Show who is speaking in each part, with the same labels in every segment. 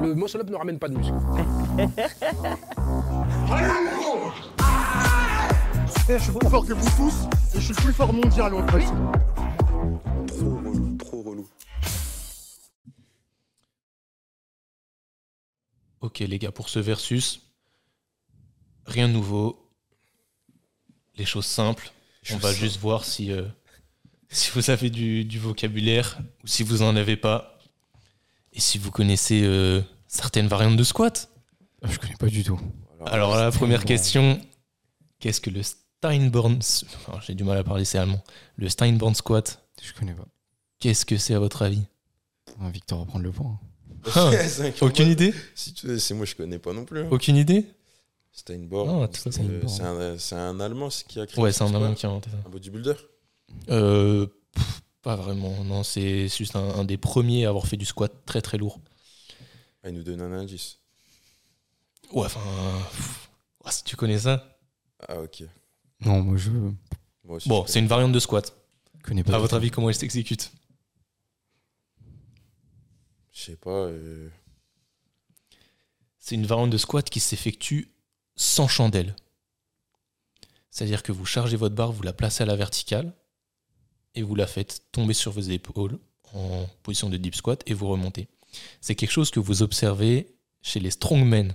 Speaker 1: Le Mossolop ne ramène pas de muscle.
Speaker 2: Je suis plus fort que vous tous et je suis le plus fort mondial en fait.
Speaker 3: Trop relou, trop relou.
Speaker 4: Ok les gars, pour ce versus, rien de nouveau, les choses simples. On va juste voir si, euh, si vous avez du, du vocabulaire ou si vous en avez pas. Et si vous connaissez euh, certaines variantes de squat.
Speaker 5: Ah, Je connais pas du tout.
Speaker 3: Oh,
Speaker 4: Alors la première
Speaker 5: bon.
Speaker 4: question, qu'est-ce que le Steinborn... Alors, J'ai du mal à parler, c'est allemand. Le Steinborn squat,
Speaker 5: Je connais pas.
Speaker 4: qu'est-ce que c'est à votre avis
Speaker 5: Ah, Victor va prendre le point.
Speaker 4: Ah,
Speaker 3: C'est
Speaker 4: Aucune idée
Speaker 3: Si tu- c'est moi, je connais pas non plus. hein.
Speaker 4: Aucune idée
Speaker 3: Steinborn.
Speaker 4: Non, de toute façon,
Speaker 3: euh,
Speaker 5: Steinborn.
Speaker 3: c'est un, c'est un Allemand ce qui a créé.
Speaker 4: Ouais, c'est un
Speaker 3: ce
Speaker 4: Allemand
Speaker 3: sport.
Speaker 4: qui a inventé ça.
Speaker 3: Un bodybuilder.
Speaker 4: Euh, pff, pas vraiment, non, c'est juste un, un des premiers à avoir fait du squat très très lourd.
Speaker 3: Ah, il nous donne un indice.
Speaker 4: Ouais, enfin. pff, ouais, si tu connais ça.
Speaker 3: Ah, ok.
Speaker 5: Non, moi je
Speaker 3: Moi aussi,
Speaker 4: Bon,
Speaker 3: je
Speaker 4: c'est une variante de squat.
Speaker 5: connais pas.
Speaker 4: À
Speaker 5: du
Speaker 4: votre
Speaker 5: tout.
Speaker 4: avis, comment elle s'exécute
Speaker 3: Je sais pas. euh,
Speaker 4: C'est une variante de squat qui s'effectue sans chandelle. C'est-à-dire que vous chargez votre barre, vous la placez à la verticale et vous la faites tomber sur vos épaules en position de deep squat et vous remontez. C'est quelque chose que vous observez chez les strongmen.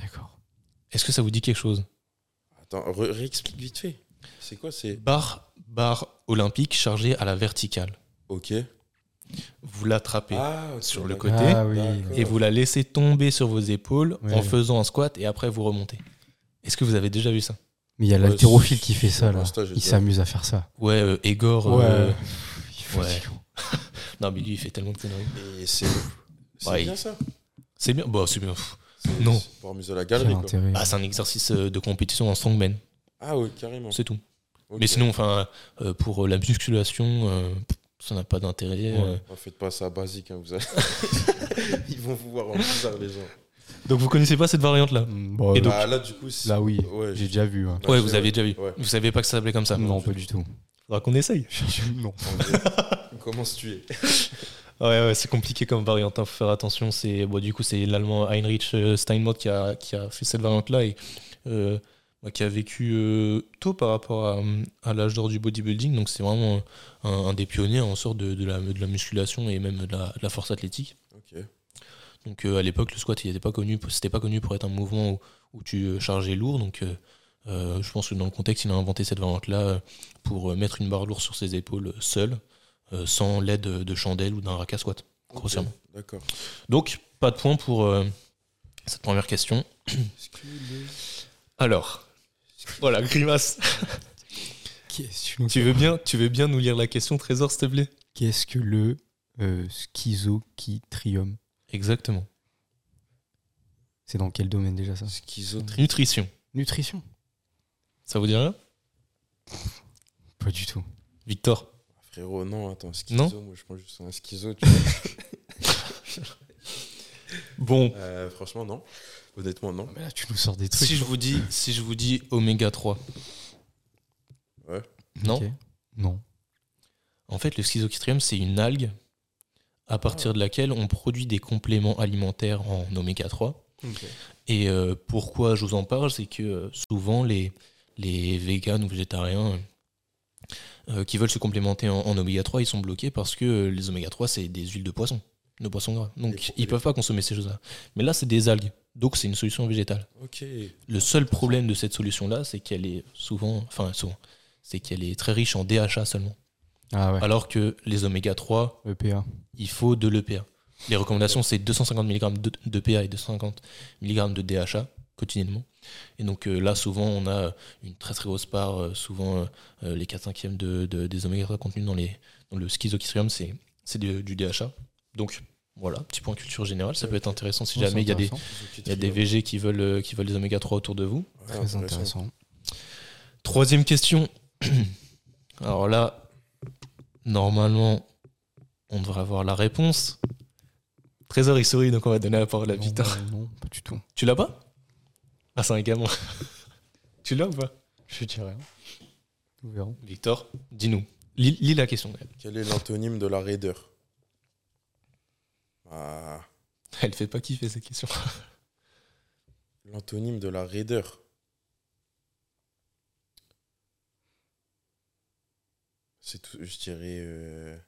Speaker 5: D'accord.
Speaker 4: Est-ce que ça vous dit quelque chose
Speaker 3: Attends, re- réexplique vite fait. C'est quoi C'est.
Speaker 4: Barre, barre olympique chargée à la verticale.
Speaker 3: Ok.
Speaker 4: Vous l'attrapez
Speaker 3: Ah, ok,
Speaker 4: sur le
Speaker 3: d'accord.
Speaker 4: côté Bah,
Speaker 5: Ah oui.
Speaker 3: D'accord.
Speaker 4: et vous la laissez tomber sur vos épaules
Speaker 5: Oui.
Speaker 4: en faisant un squat et après vous remontez. Est-ce que vous avez déjà vu ça
Speaker 5: Mais il y
Speaker 4: bah,
Speaker 5: a l'haltérophile qui fait ça là.
Speaker 3: Insta, j'ai
Speaker 5: Il
Speaker 3: déjà-
Speaker 5: s'amuse à faire ça.
Speaker 4: Ouais, euh, Egor.
Speaker 5: Ouais.
Speaker 4: euh,
Speaker 5: Il faut
Speaker 4: ouais.
Speaker 5: dire.
Speaker 4: non, mais lui, il fait tellement de conneries.
Speaker 3: Et c'est. C'est
Speaker 4: Ouais,
Speaker 3: bien
Speaker 4: il-
Speaker 3: ça
Speaker 4: C'est bien. Bah, c'est bien. Pff,
Speaker 3: C'est-
Speaker 4: Non.
Speaker 3: c'est Pour amuser la
Speaker 5: Quel
Speaker 3: galerie. quoi.
Speaker 5: intérêt.
Speaker 4: bah, c'est un exercice euh, de compétition en strongman.
Speaker 3: Ah, ouais, carrément.
Speaker 4: C'est tout.
Speaker 3: Ok.
Speaker 4: Mais sinon, enfin, euh, pour euh, la musculation, euh, pff, ça n'a pas d'intérêt.
Speaker 5: Ouais.
Speaker 4: euh.
Speaker 3: Ah, faites pas ça basique, hein, vous allez- Ils vont vous voir en bizarre, les gens.
Speaker 4: Donc, vous connaissez pas cette variante-là
Speaker 5: Mm, bon,
Speaker 4: Et donc-
Speaker 3: Ah, là, du coup, c'est-
Speaker 5: là oui,
Speaker 3: Ouais,
Speaker 5: j'ai
Speaker 3: je-
Speaker 5: déjà vu. ouais.
Speaker 3: là,
Speaker 4: Ouais,
Speaker 3: je
Speaker 4: vous
Speaker 3: sais,
Speaker 4: avez déjà vu.
Speaker 3: Ouais.
Speaker 4: Vous savez pas que ça s'appelait comme ça.
Speaker 5: Non, pas du tout.
Speaker 4: Faudra qu'on essaye.
Speaker 5: non.
Speaker 3: Comment se tuer
Speaker 4: Ouais, ouais, c'est compliqué comme variante, hein, faut faire attention. C'est bon, du coup, c'est l'allemand Heinrich euh, Steinmott qui a, qui a fait cette variante-là et euh, bah, qui a vécu euh, tôt par rapport à, hum, à l'âge d'or du bodybuilding. Donc, c'est vraiment un, un des pionniers en sorte de, de la, de la musculation et même de la, de la force athlétique.
Speaker 3: Ok.
Speaker 4: Donc, euh, à l'époque, le squat, il n'était pas connu, pour- c'était pas connu pour être un mouvement où, où tu euh, chargeais lourd. Donc, euh, euh, je pense que dans le contexte, il a inventé cette variante-là euh, pour euh, mettre une barre lourde sur ses épaules euh, seul, euh, sans l'aide de chandelle ou d'un rack à squat. Grossièrement.
Speaker 3: Ok, D'accord.
Speaker 4: Donc, pas de point pour euh, cette première question. Alors, voilà, grimace.
Speaker 5: Qu'est-ce que le-
Speaker 4: Tu veux bien, tu veux bien nous lire la question, Trésor, s'il te plaît
Speaker 5: Qu'est-ce que le euh, schizo qui triomphe
Speaker 4: Exactement.
Speaker 5: C'est dans quel domaine déjà ça
Speaker 3: Schizotré.
Speaker 4: Nutrition.
Speaker 5: Nutrition
Speaker 4: Ça vous dit rien
Speaker 5: Pas du tout.
Speaker 4: Victor
Speaker 3: Frérot, non, attends, schizo,
Speaker 4: Non
Speaker 3: moi je pense juste un schizo. tu vois.
Speaker 4: Bon,
Speaker 3: Euh, franchement, non. Honnêtement, non.
Speaker 5: Mais là, tu nous sors des trucs.
Speaker 4: si je vous dis, si je vous dis oméga 3, non.
Speaker 5: Ok. Non.
Speaker 4: en fait, le schizochitrum, c'est une algue à partir de laquelle on produit des compléments alimentaires en oméga 3. Et euh, pourquoi je vous en parle, c'est que euh, souvent les, les véganes ou végétariens euh, euh, qui veulent se complémenter en, en oméga 3, ils sont bloqués parce que euh, les oméga 3, c'est des huiles de poisson, de poisson gras.
Speaker 3: Et
Speaker 4: Donc
Speaker 3: pour- et-
Speaker 4: ils peuvent pas consommer ces choses-là. Mais là, c'est des algues. Donc c'est une solution végétale.
Speaker 3: Ok.
Speaker 4: Le seul problème de cette solution-là, c'est qu'elle est souvent, enfin souvent, c'est qu'elle est très riche en DHA seulement.
Speaker 5: Ah ouais. E
Speaker 4: Alors que les oméga 3,
Speaker 5: EPA.
Speaker 4: il faut de l'EPA. Les recommandations, c'est 250 mg de- d'EPA et 250 mg de DHA quotidiennement. Et donc euh, là, souvent, on a euh, une très très grosse part, euh, souvent euh, euh, les 4 5 de, de- des oméga 3 contenus dans, les, dans le schizochitrum, c'est c'est du, du DHA. Donc voilà, petit point culture générale, ça peut être intéressant si
Speaker 5: Non,
Speaker 4: jamais il y a
Speaker 5: c'est
Speaker 4: des,
Speaker 5: intéressant.
Speaker 4: il y a des VG qui veulent, euh, qui veulent des oméga 3 autour de vous.
Speaker 3: Ah,
Speaker 5: Très intéressant.
Speaker 4: Troisième question. Alors là, normalement, on devrait avoir la réponse. Trésor, il sourit, donc on va donner la parole à
Speaker 5: Non,
Speaker 4: Victor.
Speaker 5: Non, non, pas du tout.
Speaker 4: Tu l'as pas Ah, c'est un gamin. tu l'as ou pas
Speaker 5: Je dirais rien. Nous verrons.
Speaker 4: Victor, dis-nous. Lis, lis la question. quand même.
Speaker 3: Quel est l'antonyme de la raideur Ah,
Speaker 4: Elle fait pas kiffer cette question.
Speaker 3: L'antonyme de la raideur. C'est tout, je dirais. euh,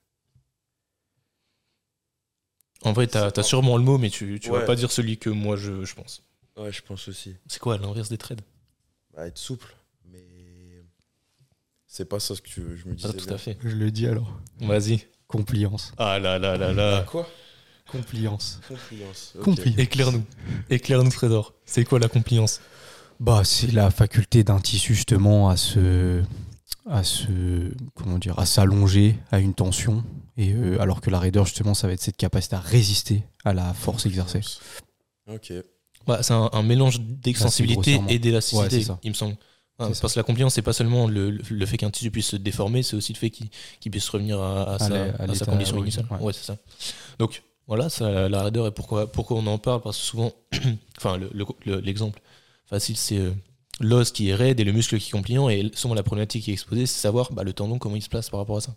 Speaker 4: En vrai, t'as
Speaker 3: C'est
Speaker 4: t'as
Speaker 3: pas-
Speaker 4: sûrement le mot, mais tu, tu vas
Speaker 3: Ouais.
Speaker 4: pas dire celui que moi je, je pense.
Speaker 3: Ouais, je pense aussi.
Speaker 4: C'est quoi l'inverse des trades
Speaker 3: Bah, être souple, mais. C'est pas ça ce que tu- je me disais.
Speaker 4: Pas Ah, tout à fait.
Speaker 5: Je le dis alors.
Speaker 4: Vas-y.
Speaker 5: Compliance.
Speaker 4: Ah là là là
Speaker 3: bien.
Speaker 4: là.
Speaker 3: Quoi
Speaker 5: Compliance.
Speaker 3: Compliance. ok.
Speaker 5: Compliance.
Speaker 4: Éclaire-nous. Éclaire-nous, Trésor. C'est quoi la compliance
Speaker 5: Bah, c'est la faculté d'un tissu justement à se, à se, comment dire, à s'allonger à une tension. Et euh, alors que la raideur justement, ça va être cette capacité à résister à la force exercée.
Speaker 3: Ok.
Speaker 4: Bah, C'est un, un mélange d'extensibilité
Speaker 5: grossièrement.
Speaker 4: et d'élasticité,
Speaker 5: Ouais, c'est ça.
Speaker 4: il me semble. Ah,
Speaker 5: C'est
Speaker 4: parce
Speaker 5: ça.
Speaker 4: que la compliance, c'est pas seulement le, le fait qu'un tissu puisse se déformer, c'est aussi le fait qu'il qu'il puisse revenir à, à sa,
Speaker 5: l'é- à
Speaker 4: à sa
Speaker 5: l'état
Speaker 4: condition
Speaker 5: original,
Speaker 4: initiale.
Speaker 5: ouais.
Speaker 4: Ouais, c'est ça. Donc voilà, ça, la raideur et pourquoi, pourquoi on en parle, parce que souvent, enfin, le- le- le- l'exemple facile, c'est euh, l'os qui est raide et le muscle qui est compliant, et souvent la problématique qui est exposée, c'est savoir bah, le tendon, comment il se place par rapport à ça.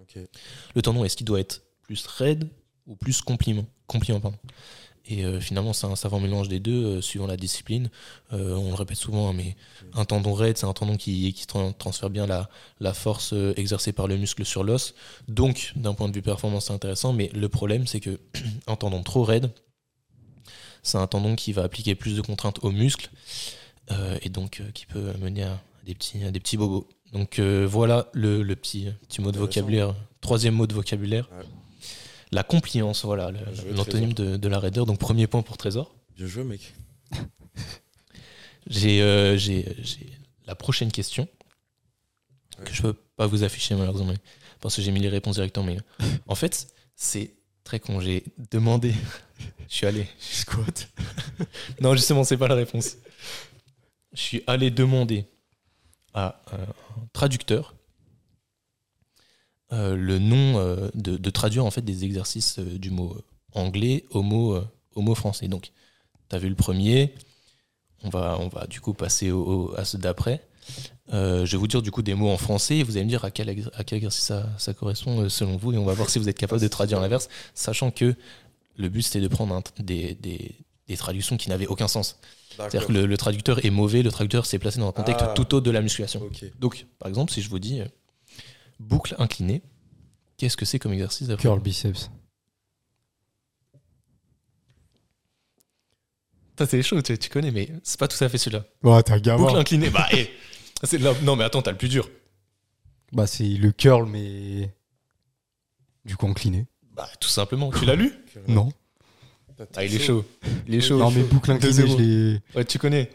Speaker 3: Ok.
Speaker 4: Le tendon, est-ce qu'il doit être plus raide ou plus compliment, compliant pardon. Et euh, finalement, c'est un savant mélange des deux, euh, suivant la discipline. Euh, on le répète souvent, hein, mais un tendon raide, c'est un tendon qui, qui tran- transfère bien la, la force euh, exercée par le muscle sur l'os. Donc, d'un point de vue performance, c'est intéressant, mais le problème, c'est que un tendon trop raide, c'est un tendon qui va appliquer plus de contraintes aux muscles euh, et donc euh, qui peut mener à des petits, à des petits bobos. Donc euh, voilà le, le petit, euh, petit mot de
Speaker 3: Intéressant.
Speaker 4: vocabulaire, troisième mot de vocabulaire.
Speaker 3: Ouais.
Speaker 4: La compliance, voilà, le-
Speaker 3: Bien joué,
Speaker 4: l'antonyme de, de la raideur. Donc premier point pour Trésor.
Speaker 3: Bien joué, mec.
Speaker 4: J'ai euh, j'ai- j'ai la prochaine question
Speaker 3: Ouais.
Speaker 4: que je peux pas vous afficher malheureusement mais- parce que j'ai mis les réponses directement. Mais euh, en fait, c'est très con. J'ai demandé. Je suis allé.
Speaker 5: Squat.
Speaker 4: Non, justement, c'est pas la réponse. Je suis allé demander à euh, un traducteur euh, le nom euh, de, de traduire en fait des exercices euh, du mot anglais au mot, euh, au mot français. Donc, tu as vu le premier. On va, on va du coup passer au, au- à ce d'après. Euh, je vais vous dire du coup des mots en français et vous allez me dire à quel, ex- à quel exercice ça, ça correspond euh, selon vous et on va voir si vous êtes capable de traduire l'inverse, sachant que le but c'était de prendre un tr- des, des- des traductions qui n'avaient aucun sens. C'est-à-dire que le, le traducteur est mauvais, le traducteur s'est placé dans un contexte
Speaker 3: Ah.
Speaker 4: tout autre de la musculation.
Speaker 3: Ok.
Speaker 4: Donc, par exemple, si je vous dis euh, boucle inclinée, qu'est-ce que c'est comme exercice d'après
Speaker 5: Curl biceps.
Speaker 4: Putain, C'est chaud, tu, tu connais, mais c'est pas tout à fait celui-là.
Speaker 5: Ouais, t'as un gamin.
Speaker 4: Boucle inclinée, bah, hé C'est là- Non, mais attends, t'as le plus dur.
Speaker 5: Bah, c'est le curl, mais du coup incliné.
Speaker 4: Bah, tout simplement. Tu l'as lu
Speaker 5: Non.
Speaker 3: Putain, t'es
Speaker 4: Ah, il est chaud. Il est chaud.
Speaker 5: Non, mais boucle inclinée, je
Speaker 4: zéro.
Speaker 5: l'ai.
Speaker 4: Ouais, tu connais.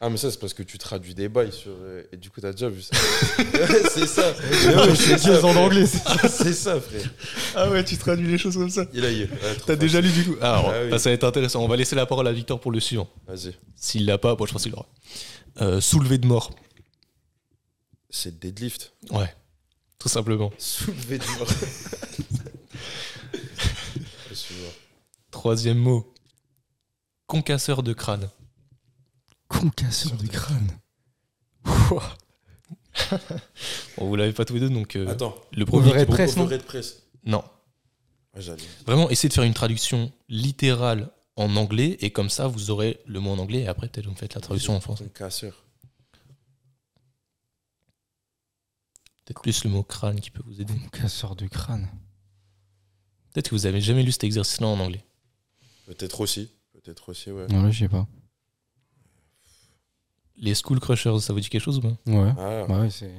Speaker 3: Ah, mais ça, c'est parce que tu traduis des bails sur. euh, Et du coup, t'as déjà vu ça. c'est ça. Mais Eh ouais, c'est ça,
Speaker 5: en
Speaker 3: frère.
Speaker 5: anglais.
Speaker 3: C'est ça, frère.
Speaker 4: Ah ouais, tu traduis les choses comme ça.
Speaker 3: Il a eu. Ouais, trop
Speaker 4: T'as
Speaker 3: fort.
Speaker 4: déjà lu du coup Alors,
Speaker 3: Ah oui.
Speaker 4: bah, ça va être intéressant. On va laisser la parole à Victor pour le suivant.
Speaker 3: Vas-y.
Speaker 4: S'il l'a pas, bon, je pense qu'il l'aura. Euh, soulevé de mort.
Speaker 3: C'est le deadlift.
Speaker 4: Ouais. Tout simplement.
Speaker 3: Soulevé de mort. Je suis mort.
Speaker 4: Troisième mot. Concasseur de crâne.
Speaker 5: Concasseur de crâne.
Speaker 4: Bon, vous l'avez pas tous les deux, donc euh,
Speaker 3: Attends.
Speaker 4: le premier.
Speaker 5: Overhead
Speaker 4: qui-
Speaker 5: press, non
Speaker 3: Overhead press.
Speaker 4: Non.
Speaker 3: Ah, j'allais.
Speaker 4: Vraiment, essayez de faire une traduction littérale en anglais, et comme ça, vous aurez le mot en anglais, et après, peut-être, vous faites la traduction en français.
Speaker 3: Ton casseur.
Speaker 4: Peut-être plus le mot crâne qui peut vous aider.
Speaker 5: Concasseur de crâne.
Speaker 4: Peut-être que vous avez jamais lu cet exercice-là en anglais.
Speaker 3: Peut-être aussi. Peut-être aussi, ouais.
Speaker 5: Ouais, je sais pas.
Speaker 4: Les school crushers, ça vous dit quelque chose ou pas
Speaker 5: Ouais.
Speaker 3: Ah,
Speaker 5: Bah ouais, c'est.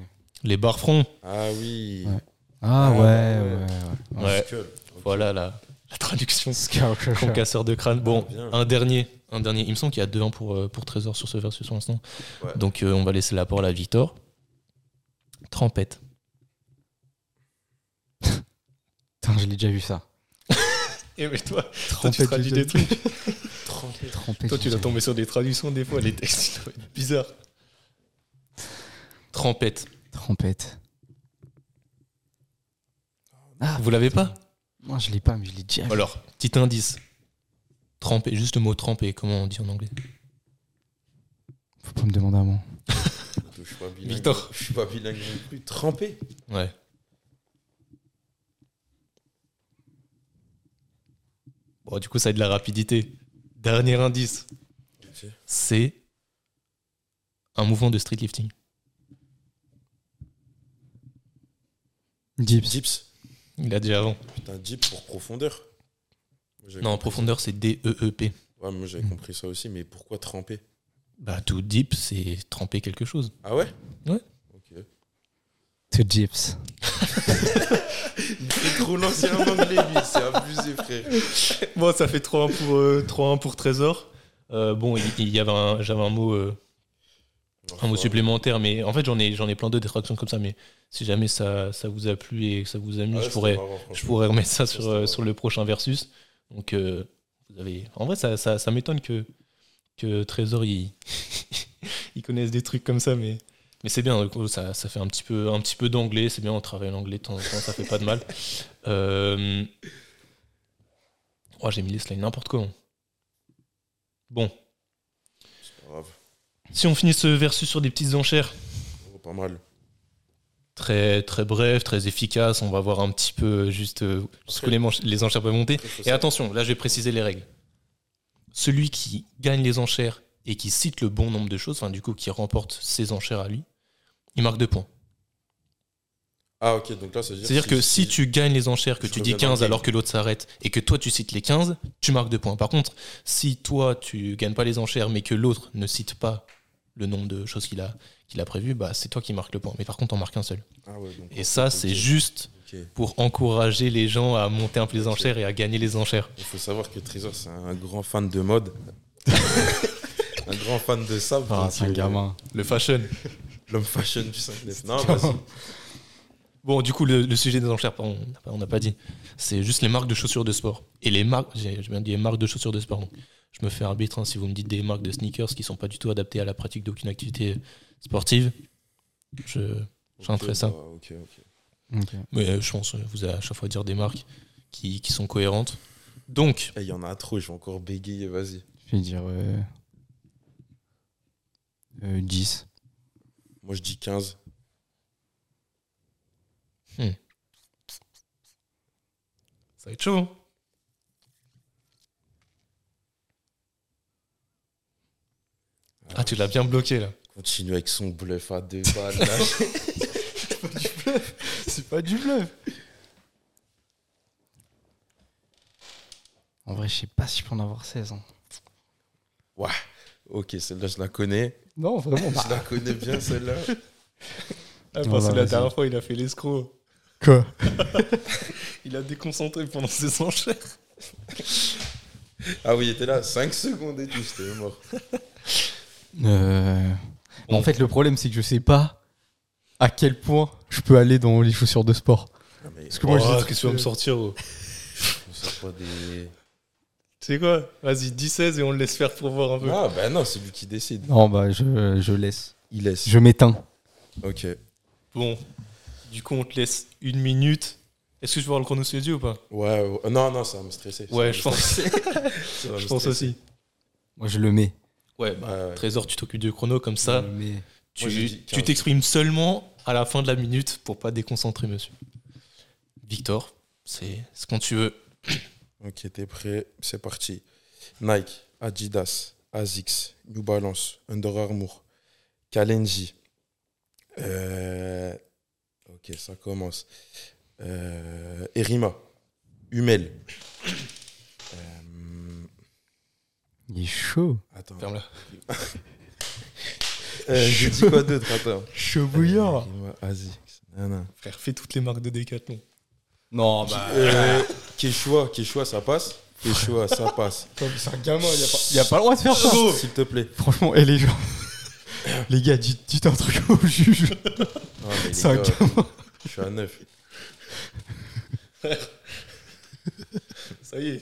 Speaker 4: Les barfrons.
Speaker 3: ah oui.
Speaker 5: Ouais. Ah,
Speaker 3: Ah,
Speaker 5: ouais,
Speaker 3: ouais,
Speaker 5: ouais,
Speaker 3: ouais.
Speaker 5: ouais.
Speaker 4: Ouais.
Speaker 3: Skull. Ok.
Speaker 4: Voilà la, la traduction.
Speaker 5: Scout.
Speaker 4: Concasseur de crâne. Bon,
Speaker 3: Ah, bien.
Speaker 4: un dernier. Un dernier. Il me semble qu'il y a 2-1 pour, euh, pour Trésor sur ce versus pour l'instant.
Speaker 3: Ouais.
Speaker 4: Donc euh, on va laisser la parole à Victor. Trempette.
Speaker 5: Putain, je l'ai déjà vu ça.
Speaker 4: Et Eh, mais toi,
Speaker 5: Trempette, traduis des
Speaker 4: trucs.
Speaker 5: Trempé.
Speaker 4: Toi, tu dois tomber sur des traductions des fois, les textes, bizarre. Trempette.
Speaker 5: Trompette. Ah,
Speaker 4: Vous l'avez pas
Speaker 5: Moi, je l'ai pas, mais je l'ai déjà vu.
Speaker 4: Alors, petit indice. Trempé, juste le mot trempé, comment on dit en anglais
Speaker 5: Faut pas me demander à moi.
Speaker 3: Je suis pas bilingue.
Speaker 4: Victor.
Speaker 3: Je suis pas bilingue non plus. Trempé.
Speaker 4: Ouais. Bon, du coup, ça a de la rapidité. Dernier indice. C'est un mouvement de streetlifting.
Speaker 5: Dips.
Speaker 3: Dips.
Speaker 4: Il a dit avant.
Speaker 3: Putain, dip pour profondeur. Moi, j'avais
Speaker 4: Non, en
Speaker 3: compris
Speaker 4: profondeur, c'est E D-E-E-P.
Speaker 3: ça. Ouais, moi j'avais
Speaker 4: Mm.
Speaker 3: compris ça aussi, mais pourquoi tremper
Speaker 4: Bah, tout deep, c'est tremper quelque chose.
Speaker 3: Ah ouais
Speaker 4: Ouais.
Speaker 3: Ok.
Speaker 5: To dips.
Speaker 3: C'est trop l'ancien anglais, lui, c'est abusé, frère.
Speaker 4: Bon, ça fait 3-1 pour, euh, pour Trésor. Euh, bon, il, il y avait un- j'avais un mot, euh, un mot supplémentaire, mais en fait, j'en ai, j'en ai plein d'autres des tractions comme ça. Mais si jamais ça, ça vous a plu et que ça vous
Speaker 3: Ah
Speaker 4: amuse,
Speaker 3: ouais,
Speaker 4: je, pourrais,
Speaker 3: c'était marrant, franchement.
Speaker 4: je pourrais remettre ça
Speaker 3: Ça,
Speaker 4: sur,
Speaker 3: c'était
Speaker 4: euh,
Speaker 3: marrant.
Speaker 4: sur le prochain Versus. Donc, euh, vous avez. En vrai, ça, ça, ça m'étonne que, que Trésor, il, il connaisse des trucs comme ça, mais. Mais c'est bien, du coup, ça, ça fait un petit peu, un petit peu d'anglais, c'est bien, on travaille l'anglais de temps en temps, ça fait pas de mal. Euh, Oh, j'ai mis les slides n'importe comment. Bon,
Speaker 3: C'est pas grave.
Speaker 4: si on finit ce versus sur des petites enchères,
Speaker 3: Oh, pas mal.
Speaker 4: très très bref, très efficace, on va voir un petit peu juste euh, jusqu'où les, manche- les enchères peuvent monter.
Speaker 3: Après, faut
Speaker 4: Et
Speaker 3: savoir-
Speaker 4: attention, là je vais préciser les règles. Celui qui gagne les enchères et qui cite le bon nombre de choses, enfin du coup qui remporte ses enchères à lui, il marque deux points.
Speaker 3: Ah, ok, donc là, ça veut dire.
Speaker 4: C'est-à-dire que si tu gagnes les enchères, que
Speaker 3: Je
Speaker 4: tu
Speaker 3: me
Speaker 4: dis
Speaker 3: mets dans le
Speaker 4: 15
Speaker 3: game.
Speaker 4: alors que l'autre s'arrête, et que toi tu cites les 15, tu marques deux points. Par contre, si toi tu gagnes pas les enchères, mais que l'autre ne cite pas le nombre de choses qu'il a, qu'il a prévues, bah, c'est toi qui marques le point. Mais par contre, on marque un seul.
Speaker 3: Ah ouais, donc.
Speaker 4: Et ça, c'est
Speaker 3: Ok.
Speaker 4: juste
Speaker 3: ok.
Speaker 4: pour encourager les gens à monter un peu les
Speaker 3: Ok.
Speaker 4: enchères et à gagner les enchères.
Speaker 3: Il faut savoir que Trésor, c'est un grand fan de mode. un grand fan de
Speaker 4: Ah,
Speaker 3: ça. donc, euh,
Speaker 4: Le fashion.
Speaker 3: L'homme fashion du 5-9. Non, vas-y.
Speaker 4: Bon, du coup, le, le sujet des enchères, pardon, on n'a pas- on n'a pas dit. C'est juste les marques de chaussures de sport. Et les marques, j'ai j'ai bien dit les marques de chaussures de sport. donc. je me fais arbitre hein, si vous me dites des marques de sneakers qui sont pas du tout adaptées à la pratique d'aucune activité sportive. Je, j'entraînerai
Speaker 3: Ok,
Speaker 4: ça.
Speaker 3: bah, ok, ok.
Speaker 4: Mais euh, je pense euh, vous allez à chaque fois dire des marques qui, qui sont cohérentes. Donc,
Speaker 3: Eh, Il y en a trop, je vais encore bégayer, vas-y.
Speaker 5: Je vais dire. euh, euh, 10.
Speaker 3: Moi, je dis 15.
Speaker 4: ça va être chaud. hein ah, tu l'as bien bloqué là.
Speaker 3: Continue avec son bluff à deux balles. là.
Speaker 2: C'est pas du bluff.
Speaker 5: En vrai, je sais pas si je peux en avoir hein. 16 ans.
Speaker 3: ok, celle-là, je la connais.
Speaker 5: Non, vraiment.
Speaker 3: Je la connais bien, celle-là.
Speaker 4: Ah,
Speaker 5: parce que la Vas-y. dernière
Speaker 4: fois, il a fait l'escroc.
Speaker 5: Quoi
Speaker 4: Il a déconcentré pendant ses enchères.
Speaker 3: Ah oui, il était là, 5 secondes et tout, j'étais mort.
Speaker 5: Euh, En fait, le problème, c'est que je sais pas à quel point je peux aller dans les chaussures de sport.
Speaker 3: Ah, mais
Speaker 5: Parce que moi, je
Speaker 4: qu'est-ce
Speaker 5: dis-
Speaker 4: que tu vas me sortir oh gros
Speaker 3: on sort pas des.
Speaker 4: Tu sais quoi Vas-y, 10-16 et on le laisse faire pour voir un peu.
Speaker 3: Ah, bah non, c'est lui qui décide.
Speaker 5: Non, bah, je, je laisse.
Speaker 3: Il laisse.
Speaker 5: Je m'éteins.
Speaker 3: Ok.
Speaker 4: Bon, du coup, on te laisse une minute. Est-ce que je peux voir le chrono sous les yeux ou pas
Speaker 3: Ouais, ouais. non, non, ça va me stresser. ça va
Speaker 4: Ouais,
Speaker 3: me
Speaker 4: je pense,
Speaker 3: stresser, ça va me
Speaker 4: je pense
Speaker 3: stresser.
Speaker 4: aussi.
Speaker 5: Moi, je le mets.
Speaker 4: Ouais,
Speaker 3: Ouais,
Speaker 4: bah,
Speaker 3: ouais.
Speaker 4: Trésor, tu t'occupes du chrono, comme ça,
Speaker 5: Je le mets.
Speaker 4: tu
Speaker 3: Moi, j'ai dit
Speaker 4: tu
Speaker 3: 15.
Speaker 4: t'exprimes seulement à la fin de la minute pour pas déconcentrer, monsieur. Victor, c'est ce qu'on tu veux.
Speaker 3: Ok, t'es prêt, c'est parti. Nike, Adidas, Asics, New Balance, Under Armour, Kalenji. Euh, Ok, ça commence. Euh, Erima, Hummel. Euh,
Speaker 5: Il est chaud.
Speaker 3: Attends.
Speaker 4: Ferme-la.
Speaker 3: Euh, je dis quoi d'autre Attends.
Speaker 5: Chevouillard.
Speaker 3: Erima, Asics. Nanana.
Speaker 4: Frère, fais toutes les marques de Décathlon.
Speaker 5: Non, bah.
Speaker 3: Euh, Quechua, Quechua, ça passe Quechua, ça passe.
Speaker 5: C'est un gamin, il a, pas le droit de faire ça.
Speaker 3: S'il te plaît.
Speaker 5: Franchement, et les gens. les gars, dites, dites un truc au juge.
Speaker 3: Ah, mais les
Speaker 5: C'est un
Speaker 3: gars, Je suis à 9.
Speaker 4: Ça y est.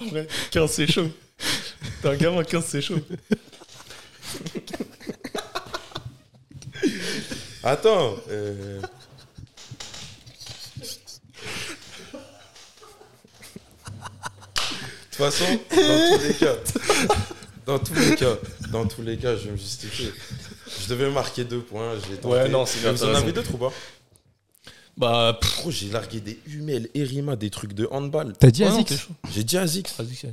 Speaker 4: En vrai, 15 c'est chaud. T'es un gamin, 15 c'est chaud.
Speaker 3: Attends. euh, De toute façon, dans tous les cas, dans tous les cas, dans tous les cas, je vais me justifier. Je devais marquer deux points, je l'ai tenté.
Speaker 4: Ouais, non, c'est bien,
Speaker 3: Vous
Speaker 4: t'as
Speaker 3: en
Speaker 4: raison.
Speaker 3: avez d'autres ou pas
Speaker 4: Bah, pff,
Speaker 3: Pro, j'ai largué des Hummel, Erima, des trucs de handball.
Speaker 5: T'as dit
Speaker 4: ouais, non,
Speaker 5: Azix
Speaker 4: t'es chaud.
Speaker 3: J'ai dit Azix.
Speaker 4: Vas-y, c'est-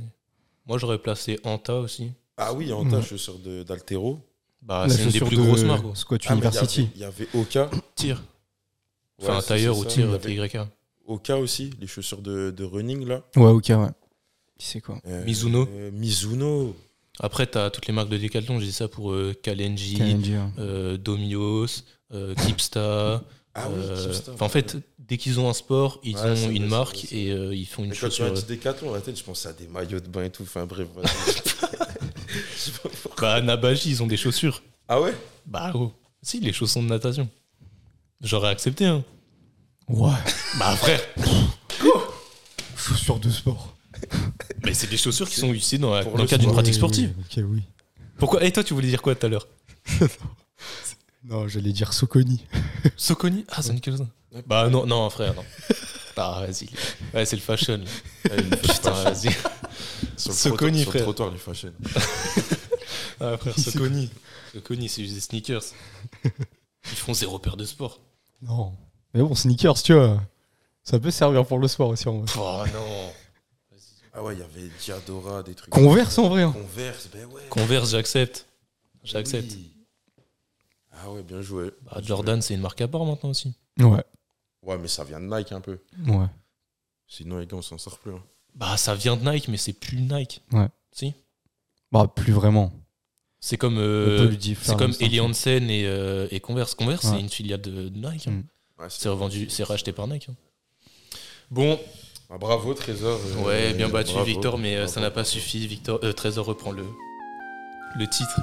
Speaker 4: Moi, j'aurais placé Anta aussi.
Speaker 3: Ah oui, en tas,
Speaker 5: Ouais.
Speaker 3: chaussure de- d'Altero.
Speaker 4: Bah,
Speaker 5: La
Speaker 4: c'est une des
Speaker 5: chaussure
Speaker 4: plus
Speaker 5: de
Speaker 4: grosses marques. gros.
Speaker 5: Squat
Speaker 3: Ah, mais
Speaker 5: University.
Speaker 3: Il y avait il y avait Oka.
Speaker 4: Tire.
Speaker 3: Ouais,
Speaker 4: Enfin, un
Speaker 3: c'est-
Speaker 4: tailleur
Speaker 3: c'est
Speaker 4: ou
Speaker 3: ça.
Speaker 4: tire,
Speaker 3: Il y avait
Speaker 4: TYK.
Speaker 3: Oka aussi, les chaussures de, de running là.
Speaker 5: Ouais, ok, ouais. Qui c'est quoi
Speaker 3: Euh,
Speaker 4: Mizuno.
Speaker 3: euh, Mizuno.
Speaker 4: Après, t'as toutes les marques de décathlon. J'ai dit ça pour euh, Kalenji,
Speaker 5: KNG, ouais.
Speaker 4: euh, Domios, euh, Kipsta.
Speaker 3: Ah
Speaker 4: euh,
Speaker 3: oui, Kipsta.
Speaker 4: enfin, en fait, dès qu'ils ont un sport, ils
Speaker 3: Ouais, c'est
Speaker 4: ont
Speaker 3: vrai,
Speaker 4: une
Speaker 3: c'est
Speaker 4: marque
Speaker 3: vrai, c'est
Speaker 4: et euh, ils font une
Speaker 3: Mais quand tu m'as
Speaker 4: chaussure.
Speaker 3: dit Décathlon, la tête, je pensais à des maillots de bain et tout. Enfin bref, vas-y. Je sais pas pourquoi.
Speaker 4: Bah, Nabaji, ils ont des chaussures.
Speaker 3: Ah ouais
Speaker 4: Bah, gros. Si, les chaussons de natation. J'aurais accepté, hein.
Speaker 5: Ouais.
Speaker 4: Bah, frère.
Speaker 5: Chaussures de sport.
Speaker 4: Mais c'est des chaussures qui sont utilisées dans, la-
Speaker 3: Pour
Speaker 4: dans
Speaker 3: le
Speaker 4: le cadre d'une
Speaker 3: sport.
Speaker 4: pratique sportive.
Speaker 5: Ok, oui.
Speaker 4: Pourquoi Et toi, tu voulais dire quoi tout à l'heure
Speaker 5: Non, j'allais dire Soconi.
Speaker 4: Soconi Ah, c'est une chose. Bah, non, non, frère, non. Ah, vas-y. Ouais, c'est le fashion. là.
Speaker 3: Ah,
Speaker 4: Putain, vas-y.
Speaker 3: Sur
Speaker 4: Soconi,
Speaker 3: trottoir- sur
Speaker 4: frère.
Speaker 3: le trottoir, les fashion.
Speaker 4: Ah, frère, Soconi. Soconi, c'est juste des sneakers. Ils font zéro paire de sport.
Speaker 5: Non. Mais bon, sneakers, tu vois. Ça peut servir pour le sport aussi en vrai.
Speaker 4: Oh non.
Speaker 3: Ah ouais, il y avait Diadora, des trucs.
Speaker 5: Converse en vrai. hein.
Speaker 3: Converse, ben ouais.
Speaker 4: Converse, j'accepte. J'accepte.
Speaker 3: Oui. Ah ouais, bien joué.
Speaker 4: Bah, Jordan, c'est une marque à part maintenant aussi.
Speaker 5: Ouais.
Speaker 3: Ouais, mais ça vient de Nike un peu.
Speaker 5: Ouais.
Speaker 3: Sinon, les gars, on s'en sort plus. hein.
Speaker 4: Bah, ça vient de Nike, mais c'est plus Nike.
Speaker 5: Bah, plus vraiment.
Speaker 4: C'est comme.
Speaker 5: On
Speaker 4: euh,
Speaker 5: peut lui dire
Speaker 4: c'est
Speaker 5: faire
Speaker 4: comme
Speaker 5: un petit-
Speaker 4: Eli Hansen et, euh, et Converse. Converse,
Speaker 5: Ouais.
Speaker 4: c'est une filiale de de Nike. hein.
Speaker 5: Mm.
Speaker 3: Ouais,
Speaker 4: C'est revendu, c'est racheté par Nike. hein. Bon,
Speaker 3: Ah, bravo, Trésor. euh,
Speaker 4: ouais, bien battu
Speaker 3: bravo,
Speaker 4: Victor, mais euh,
Speaker 3: bravo.
Speaker 4: ça n'a pas suffi. Victor, euh, Trésor reprend le, le titre.